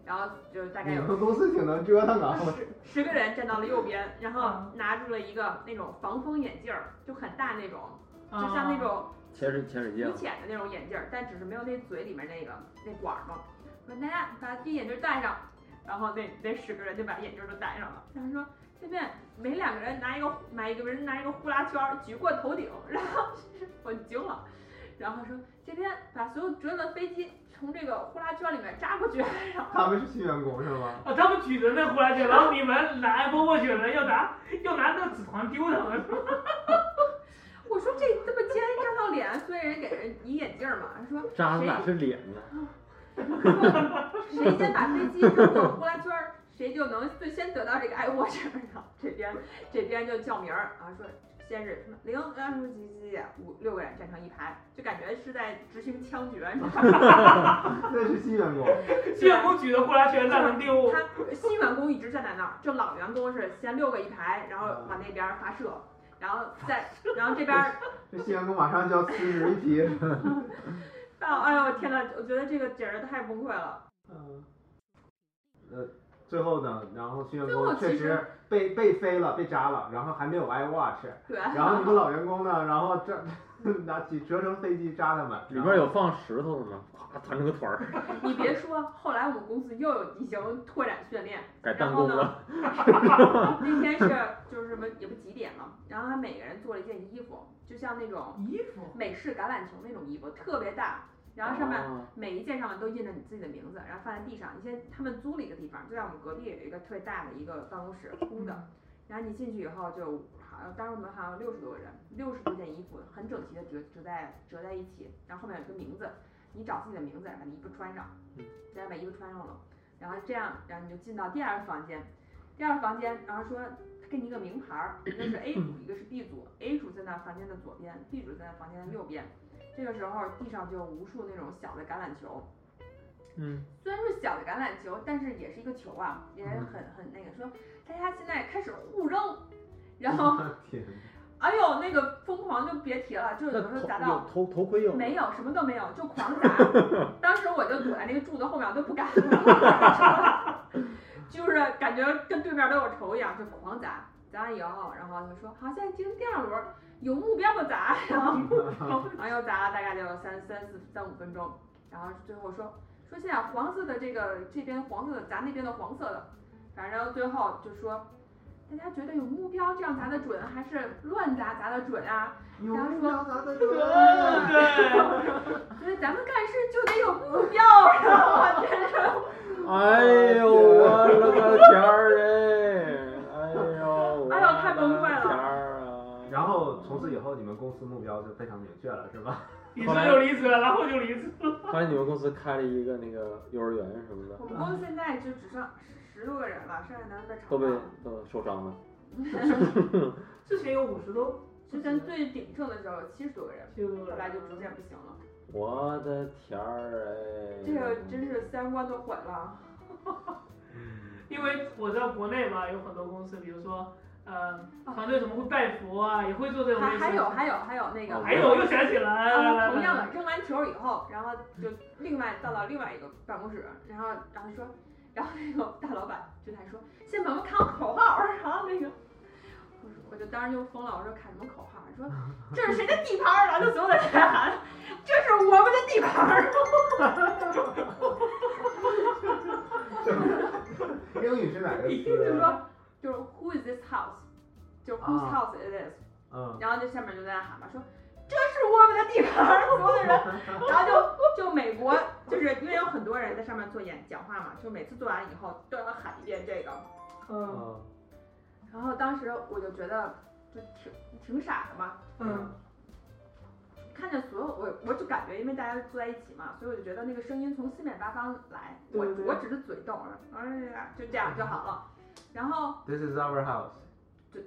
然后就是大概你有们公司挺能折腾啊！十十个人站到了右边，然后拿住了一个那种防风眼镜儿，就很大那种，就像哦那种潜水潜水啊浮镜，潜的那种眼镜儿，但只是没有那嘴里面那个那管儿嘛。我说大家把这眼镜戴上，然后那那十个人就把眼镜都戴上了。然后说现在每两个人拿一个，每一个人拿一个呼啦圈儿举过头顶，然后我惊了，然后说这边把所有折的飞机从这个呼啦圈里面扎过去，然后他们是新员工是吗？啊，他们举着那呼啦圈，然后你们拿 Apple Watch 的人要拿要拿那纸团丢他们，我说这这么尖扎到脸，所以人给人一眼镜儿嘛。说扎的哪是脸呢？谁先把飞机扔过呼啦圈儿，谁就能最先得到这个爱国证。然后这边这边就叫名儿啊，说先是什么零啊什么几几几五六个人站成一排，就感觉是在执行枪决。你知道吗？那是新员工，员工举着呼啦圈让人丢，啊他新员工一直站在那儿，就老员工是先六个一排，然后往那边儿发射，然后再然后这边儿这新员工马上就要辞职一批。到，哎呦我天呐，我觉得这个简直太崩溃了。嗯，呃，最后呢，然后新员最后工其确实实被被飞了，被扎了，然后还没有 iWatch，对，然后你们老员工呢，然后这 拿起折成飞机扎他们，里边有放石头的吗？咵弹出个团儿，你别说，后来我们公司又有进行拓展训练，改弹弓了。 那天是就是什么也不几点了，然后他每个人做了一件衣服，就像那种衣服美式橄榄球那种衣服，特别大，然后上面啊每一件上面都印着你自己的名字，然后放在地上。你先他们租了一个地方，就在我们隔壁有一个特别大的一个办公室，空的。然后你进去以后就好像，当时我们好像有六十多个人，六十多件衣服很整齐的折折在折在一起，然后后面有一个名字，你找自己的名字，把你衣服穿上嗯，再把衣服穿上了，然后这样，然后你就进到第二个房间，第二个房间，然后说他给你一个名牌儿，一个是 A 组，一个是 B 组，A 组在那房间的左边，B 组在那房间的右边。这个时候地上就有无数那种小的橄榄球，嗯，虽然是小的橄榄球，但是也是一个球啊，嗯也是很很那个。说大家现在开始互扔，然后嗯天，哎呦那个疯狂就别提了，就是那有时候头砸到有头头盔有吗？没有，什么都没有，就 狂砸。当时我就躲在那个柱子后面，我都不敢了， 就是感觉跟对面都有仇一样，就狂砸。砸完以后，然后就说好，现在进行第二轮，有目标的砸， 然后然后又砸了大概就三三四三五分钟，然后最后说说现在黄色的这个这边黄色的砸那边的黄色的，反正最后就说。大家觉得有目标这样砸的准，还是乱砸砸的准啊？有目标砸得 准，对，所以咱们干事就得有目标，知道吗？真是哎呦，我了个天儿哎！哎呦，哎呦太崩溃了我的天儿啊！然后从此以后，你们公司目标就非常明确了，是吧？你说就离职了，然后就离职。后来你们公司开了一个那个幼儿园什么的我，们公司现在就只剩十多个人了，剩下咱们被炒啊都被了。都受伤了。之前有五十多，之前最鼎盛的时候有七十多个人，就后来就逐渐不行了。我的天儿哎！这个真是三观都毁了。因为我在国内嘛，有很多公司，比如说呃，团队什么会拜佛啊，也会做这种类还似。哦还有还有还有那个，哦还有又想起来，来来啊来同样的，扔完球以后，然后就另外到了另外一个办公室，然后然后说，然后那个大老板就在说，先把我们喊口号，然后那个。我说我就当时就疯了，我说喊什么口号？说这是谁的地盘儿？然后就所有的人喊，这是我们的地盘儿。英语是哪个就词啊？说就是 Who is this house？就是 Whose 啊 house it is？嗯，然后就下面就在那喊嘛，说这是我们的地盘儿，所有的人， 然后就就美国就是因为有很多人在上面做演讲话嘛，就每次做完以后都要喊一遍这个，嗯嗯然后当时我就觉得就挺挺傻的嘛，嗯，看见所有我我就感觉因为大家坐在一起嘛，所以我就觉得那个声音从四面八方来，我对对我只是嘴动，哎呀就这样就好了，然后，This is our house。对，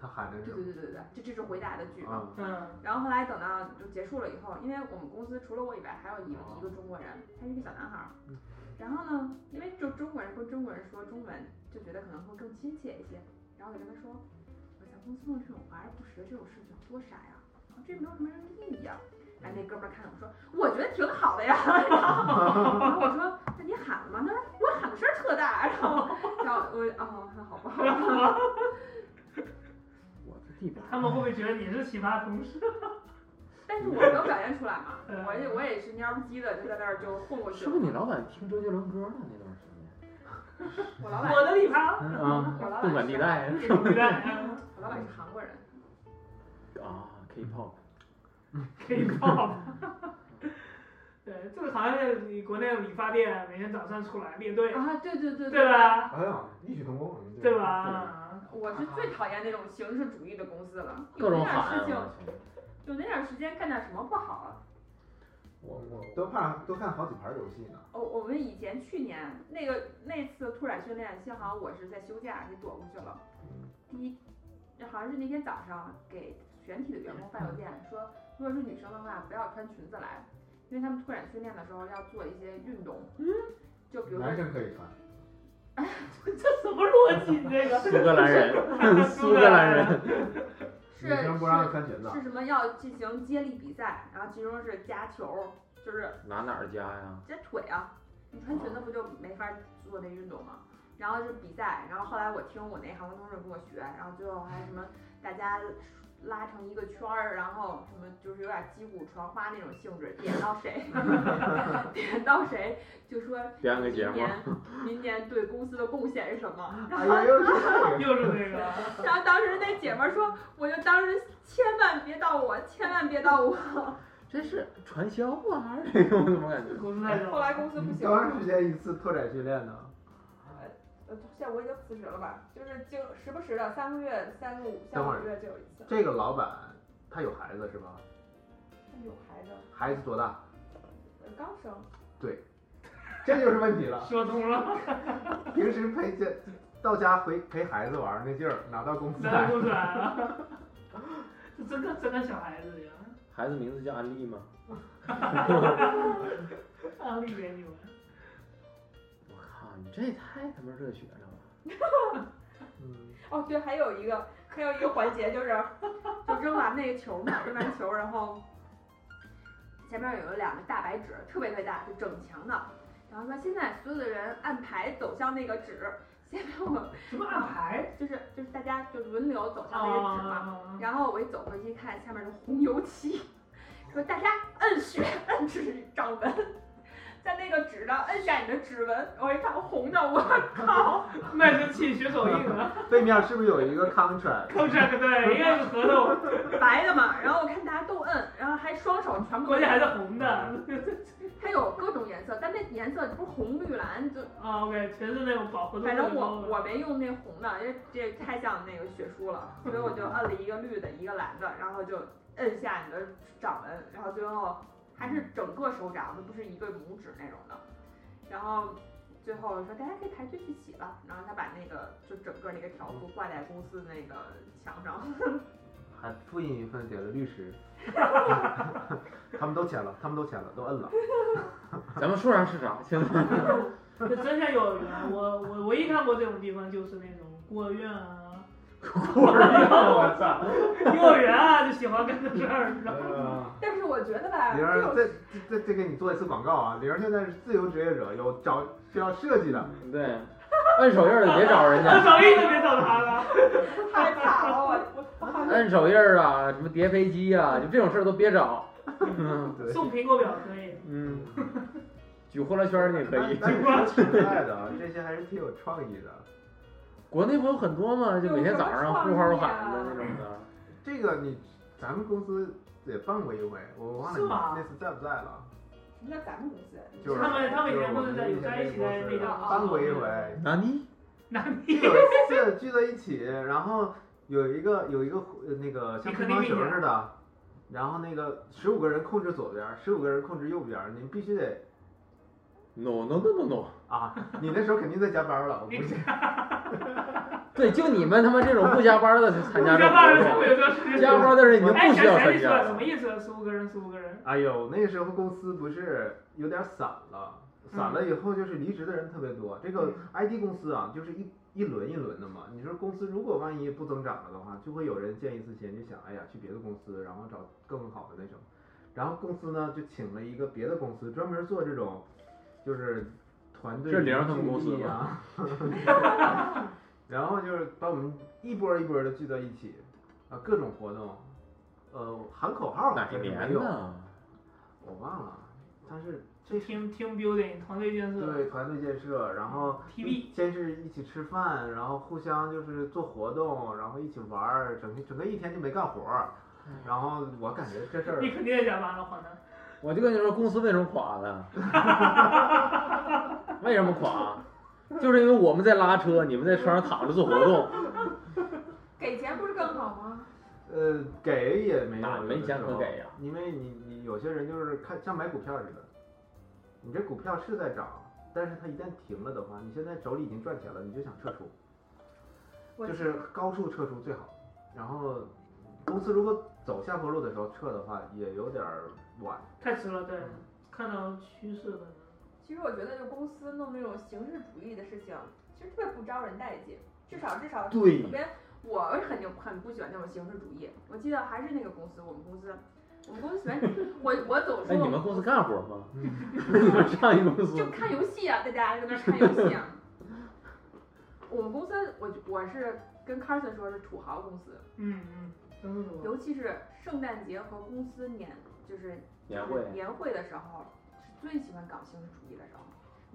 他喊的对是对对对对，这这是回答的句嘛。啊，嗯， 然后后来等到就结束了以后，因为我们公司除了我以外还有一个一个中国人，他是一个小男孩儿嗯。然后呢，因为就中国人跟中国人说中文，就觉得可能会更亲切一些。然后我就跟他说，我说咱公司弄这种华而不实的这种事情多傻呀，啊这没有什么意义啊。哎，那哥们儿看着我说，我觉得挺好的呀。 然后我说，那你喊了吗？他说我喊的声儿特大。然后，然后我哦，那好吧， 好吧。我的地盘儿。他们会不会觉得你是奇葩同事？但是我没有表现出来嘛，嗯我也我也是蔫不唧的，就在那儿就混过去是了不。是你老板听周杰伦歌了那段时间？我老板，我的地盘，嗯 啊我老，板动感地带是地带我老板是韩国人，啊，K-pop。可以报。 对，这个好像是你国内理发店每天早上出来列队，啊，对对对对，吧？哎呀，异曲同工，对？吧？我是最讨厌那种形式主义的公司了，各种有那点喊事情，啊。有那点时间干点什么不好啊？我我我都怕都看好几盘游戏呢。我哦我们以前去年那个那次突然训练，幸好我是在休假给躲过去了。第一，好像是那天早上给全体的员工发邮件说，如果是女生的话，不要穿裙子来，因为他们突然训练的时候要做一些运动。嗯，就比如说 男生可以穿，这什么逻辑？你这个苏格兰 人，苏格兰人，是女生不让穿裙子是。是什么要进行接力比赛，然后其中是夹球，就是拿哪儿加呀？这腿啊，你穿裙子不就没法做那运动吗？然后就比赛，然后后来我听我那韩国同事跟我学，然后最后还什么大家拉成一个圈儿，然后什么就是有点击鼓传花那种性质，点到谁 点到谁就说编个节明目 年明年对公司的贡献是什么。哎呀，又是啊这又是 这个，然后当时那姐们儿说，我就当时千万别到我，千万别到我。这是传销啊，还是这个？我怎么感觉？公司太后多。来公司不个，行多长了时。间一次拓展训练呢？呃，现在我已经辞职了吧，就是经时不时的三个月、三个五、三等会儿个月就有一次。这个老板他有孩子是吧？有孩子，孩子多大？呃刚生。对。这就是问题了。说通了，平时陪家到家回陪孩子玩儿那劲儿，拿到公司咱来，不出来了，这真跟真跟小孩子一样，孩子名字叫安利吗？安利给你们。我靠，你这也太他妈热血了吧！嗯，哦，对，还有一个，还有一个环节 就是，就扔完那个球嘛，扔完球，然后前面有两个大白纸，特别特别大，就整墙的。然后说现在所有的人按排走向那个纸，先把我 什么安排？就是就是大家就轮流走向那个纸嘛。啊，然后我一走回去一看，下面是红油漆，说大家摁血摁指掌纹， 在那个纸上摁下你的指纹。我一看红的，我靠！哦卖身契学手印 啊背面是不是有一个 contract？ ，contract 对，应该有合同，白的嘛，然后我看大家都摁，然后还双手全部关键还是红的。它有各种颜色，但那颜色不是红绿蓝，就啊，OK，全是那种饱和度最反高的。正我我没用那红的，因为这太像那个血书了，所以我就嗯摁了一个绿的，一个蓝的，然后就摁下你的掌纹，然后最后还嗯是整个手掌，不是一个拇指那种的，然后。最后说大家可以排队去洗了，然后他把那个就整个那个嗯条幅挂在公司那个墙上， 还复印一份给了律师。 他们都签了，他们都签了，都摁了。咱们说啥是啥，行吗？这真像幼儿园，我我唯一看过这种地方就是那种孤儿院啊，我我操！幼儿园啊就喜欢干这事儿，你知道吗？但是我觉得吧，玲这儿，种再再再给你做一次广告啊！玲儿现在是自由职业者，有找需要设计的，对，摁手印儿的别找人那家，手艺都别找他了，太惨啊了， 我我好像摁手印儿啊，什么叠飞机啊，就这种事儿都别找。对，送苹果表可以，嗯，举呼啦圈儿你也可以。但但是挺可爱的啊，这些还是挺有创意的。国内不有很多吗？就每天早上呼号喊的那种的。这个你咱们公司也办过一回，我忘了是你吗那次在不在了。什么叫咱们公司？就是他们他们以前就不是是在有在一起在那个啊搬过一回，哪里？那就你有一次聚在一起，然后有一个有一个呃那个像乒乓球似的，然后那个十五个人控制左边，十五个人控制右边，你必须得 No no no no no！啊，你那时候肯定在加班了，我估计。对，就你们他妈这种不加班的才参加加这班种人才活会有这个时动，间。加班的人已经哎，不需要想想参你说加什么了。意思？十五个人，十五个人，哎呦，那时候公司不是有点散了，散了以后就是离职的人特别多。这个 IT 公司啊，就是一一轮一轮的嘛。你说公司如果万一不增长了的话，就会有人见异思迁，就想哎呀去别的公司，然后找更好的那种。然后公司呢就请了一个别的公司，专门做这种就是团队这玲儿他们公司聚力啊， 然后就是把我们一波一波的聚到一起啊，各种活动。呃，喊口号好哪像一是年没有，呢？我忘了，但是就 team team building 团队建设对团队建设，然后 TV 先是一起吃饭，然后互相就是做活动，然后一起玩儿，整整个一天就没干活儿。然后我感觉这事儿你肯定也加班了，黄楠。我就跟你说，公司为什么垮 了？为什么垮？就是因为我们在拉车，你们在车上躺着做活动，给钱不是更好吗？呃给也没哪有，没钱可给有的时呀候因为你你有些人就是看像买股票似的，你这股票是在涨，但是它一旦停了的话，你现在手里已经赚钱了，你就想撤出，我就是高处撤出最好。然后公司如果走下坡路的时候撤的话，也有点儿晚。太迟了，对，嗯看到趋势了。其实我觉得，就公司弄那种形式主义的事情，其实特别不招人待见。至少至少，对特别我很就很不喜欢那种形式主义。我记得还是那个公司，我们公司，我们公司喜欢我我总说哎，你我们们公司干活吗？你们 上一公司就看游戏啊，大家在那儿看游戏 啊。我们公司，我我是跟 Carson 说是土豪公司，嗯嗯，真是我。尤其是圣诞节和公司年就是年会年会的时候，是最喜欢搞形式主义的时候。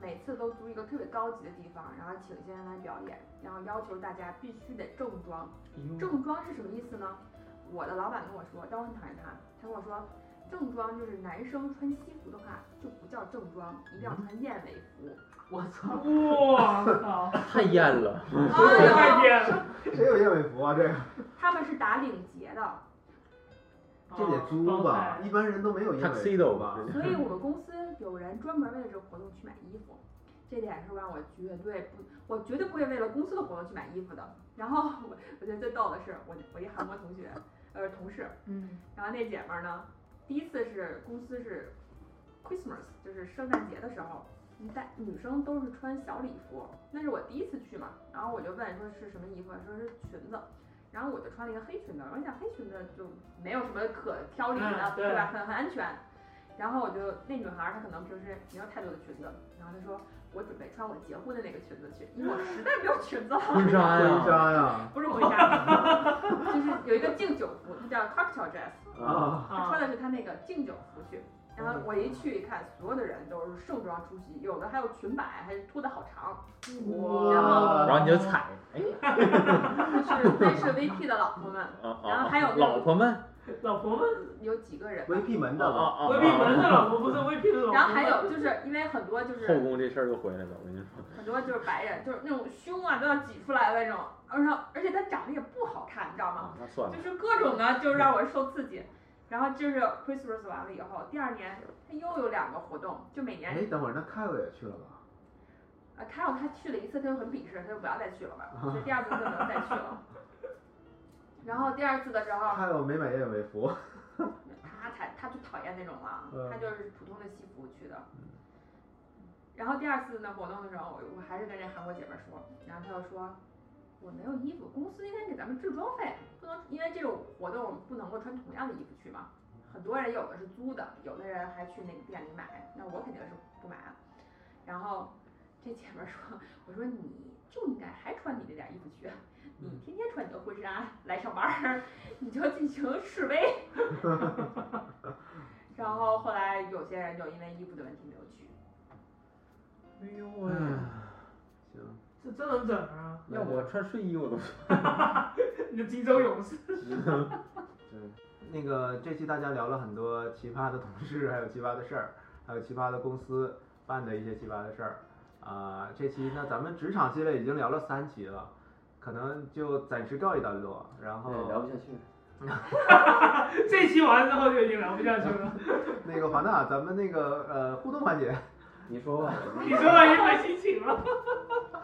每次都租一个特别高级的地方，然后请一些人来表演，然后要求大家必须得正装。正装是什么意思呢？我的老板跟我说，但我很讨厌他，他跟我说，正装就是男生穿西服的话就不叫正装，一定要穿燕尾服。我操！哇 靠！太艳了，太哎呦，贱了！谁有燕尾服啊？这个他们是打领结的，这得租包吧，哦菜一般人都没有因为 Tuxedo 吧？所以我们公司有人专门为了这个活动去买衣服，这点是让我绝对不，我绝对不会为了公司的活动去买衣服的。然后我我觉得最逗的是，我我一韩国同学，呃同事，嗯，然后那姐们儿呢，第一次是公司是 Christmas，就是圣诞节的时候，带女生都是穿小礼服，那是我第一次去嘛，然后我就问说是什么衣服，啊说是裙子。然后我就穿了一个黑裙子，我想黑裙子就没有什么可挑理的，嗯对对吧？很很安全。然后我就那女孩儿她可能平时没有太多的裙子，然后她说我准备穿我结婚的那个裙子去，因为我实在没有裙子了。婚纱婚哎呀，纱呀，不是婚纱， 就是有一个敬酒服，它叫 cocktail dress。啊，他啊穿，的是他那个敬酒服去。然后我一去一看，所有的人都是盛装出席，有的还有裙摆，还拖得好长。然后然后你就踩，哎但是但是 VP 的老婆们啊啊，然后还有那种老婆们，老婆们，有几个人吧， VP 门啊哦的啊吧，啊，未必门啊的老婆不是未必的老婆们。然后还有就是因为很多就后是宫这事儿又回来了，我跟你说，很多就是白人，就是那种胸啊都要挤出来的那种，然后而且他长得也不好看，你知道吗？啊，那算了，就是各种的，就是让我受刺激。然后就是 Christmas 完了以后，第二年他又有两个活动，就每年哎，等会儿那凯文也去了吧？呃，凯尔他去了一次，他就很鄙视，他就不要再去了吧，所以第二次他就没有再去了。 然后第二次的时候，凯文没买燕尾服，他才他就讨厌那种了，啊嗯他就是普通的西服去的。嗯然后第二次呢活动的时候，我我还是跟这韩国姐们儿说，然后她就说我没有衣服，公司应该给咱们置装费，啊不能因为这种活动不能够穿同样的衣服去嘛。很多人有的是租的，有的人还去那个店里买，那我肯定是不买啊。然后这姐们儿说，我说你就应该还穿你那点衣服去，啊你天天穿你的婚纱啊来上班儿，你就进行示威。然后后来有些人就因为衣服的问题没有去，哎呦喂，哎行，这真能整啊！要我穿睡衣我都，你的荆州勇士，那个这期大家聊了很多奇葩的同事，还有奇葩的事儿，还有奇葩的公司办的一些奇葩的事儿。啊、这期呢，咱们职场系列已经聊了三期了，可能就暂时告一段落。然后哎聊不下去了，这期完之后就已经聊不下去了。那个华纳，咱们那个呃互动环节，你说 吧，你说到也没心情了。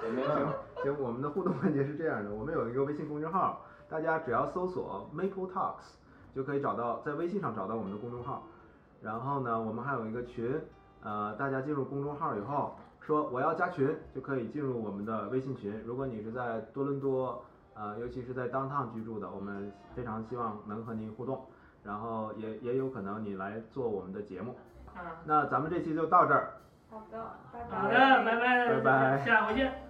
我没办法，行，我们的互动环节是这样的，我们有一个微信公众号，大家只要搜索 Maple Talks 就可以找到，在微信上找到我们的公众号。然后呢，我们还有一个群，呃，大家进入公众号以后说我要加群，就可以进入我们的微信群。如果你是在多伦多，呃，尤其是在 downtown 居住的，我们非常希望能和您互动，然后也也有可能你来做我们的节目。啊，嗯那咱们这期就到这儿。好的，拜拜。好的，拜拜，拜拜下回见。